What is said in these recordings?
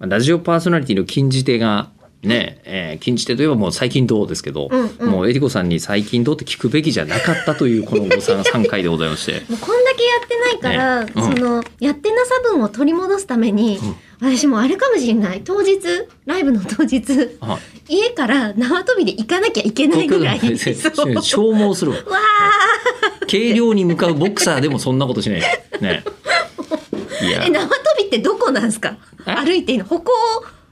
ラジオパーソナリティの禁じ手がね、えー禁じ手といえばもう最近どうですけど、うんうんもうえりこさんに最近どうって聞くべきじゃなかったというこの誤算が3回でございましてもうこんだけやってないから、ねうんそのやってなさ分を取り戻すために、私もうあれかもしれない当日ライブの当日あ家から縄跳びで行かなきゃいけないぐらい東京そでうも消耗するわわ軽量に向かうボクサーでもそんなことしないよねいーやえ縄跳びってどこなんですかえ歩いていいの歩行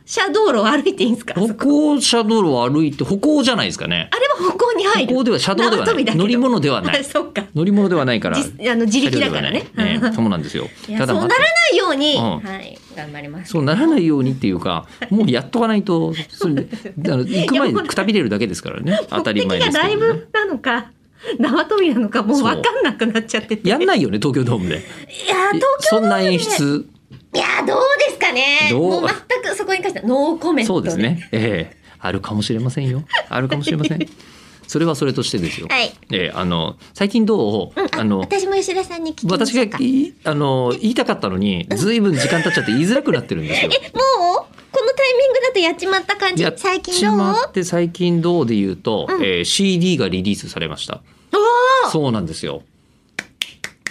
者道路を歩いていいんですかあ歩そこ行者道路を歩いて歩行じゃないですかねあれは歩行に入る歩行では車道では縄跳なびいだけど乗り物ではない そっか乗り物ではないからじあの自力だからね車両ではないそうなんですよいやそうなまらたないように、うんはい頑張りますそうならないようにっていうかもうやっとかないとそ れあの行く前いやもにうくたびれるだけですからね当たり前ですけど、ね、 目的がライブなのか縄跳びなのかもう分かんなくなっちゃっててやんないよね東京ドームでいやー東京そんな演出いやーどうですかねどうもう全くそこに関してはノーコメントそうですねええあるかもしれませんよあるかもしれませ んそれはそれとしてですよ、はい、ええあの最近どう、うん、ああの私も吉田さんに聞きま私しょがうかいいあの言いたかったのにずいぶん時間経っちゃって言いづらくなってるん ですよえもうこのタイミングだとやっちまった感じやっ最近どうちまって最近どうで言うと、うんえー CD がリリースされましたおーそうなんですよ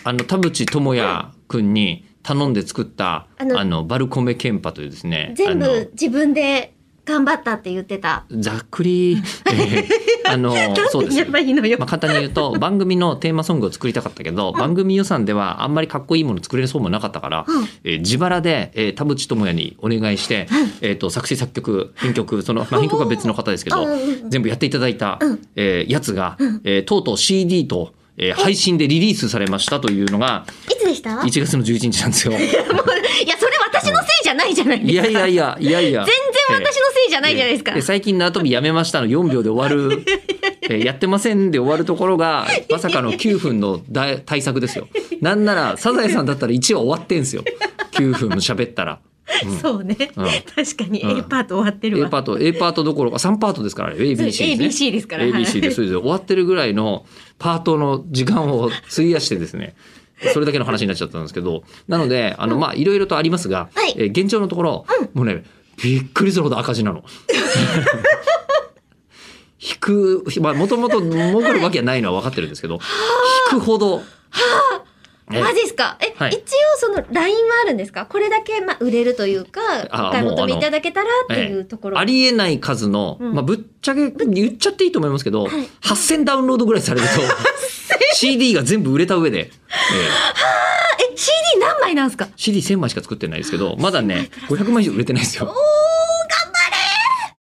あの田淵智也くんに頼んで作った、あのあのバルコメケンパというですね全あの部自分で頑張ったって言ってたざっくり、えーあ のそうですやばいいのよ、まあ、簡単に言う と番組のテーマソングを作りたかったけど番組予算ではあんまりかっこいいもの作れそうもなかったから、うんえー自腹で、えー田淵智也にお願いして、えー、と作詞作曲編曲その、まあ、編曲は別の方ですけどうん全部やっていただいた、うんえーやつが、えーとうとう CD と、えー配信でリリースされましたというのがいつでしたもうい1月の11日なんですよ。やそれ私のせいじゃないじゃないですかいやいやいやいやいや全然私のせいじゃないじゃないですか、えー最近縄跳びやめましたの4秒で終わ る。えーやってませんで終わるところがまさかの9分の大対策ですよ。なんならサザエさんだったら1話終わってんすよ。9分も喋った ら。そうね、うん確かにうん A パート終わってる A わ、パート A パートどころか3パートですからね ABC ですね。 ABC ですからはい ABC でそれで終わってるぐらいのパートの時間を費やしてですね。それだけの話になっちゃったんですけど、なので、あの、まあ、いろいろとありますが、はいえー現状のところ、もうね、びっくりするほど赤字なの。 引く、まあ、もともと儲かるわけはないのは分かってるんですけど、引くほど、えーマジですかえ、はい一応その LINE はあるんですかこれだけまあ売れるというかあお買いもう求あめのいただけたらっていうところ、ありえない数の、うんまあぶっちゃけ言っちゃっていいと思いますけど、はい8000ダウンロードぐらいされると CD が全部売れた上で、ええあえ CD 何枚なんですか CD1000 枚しか作ってないですけどまだね500枚以上売れてないですよ。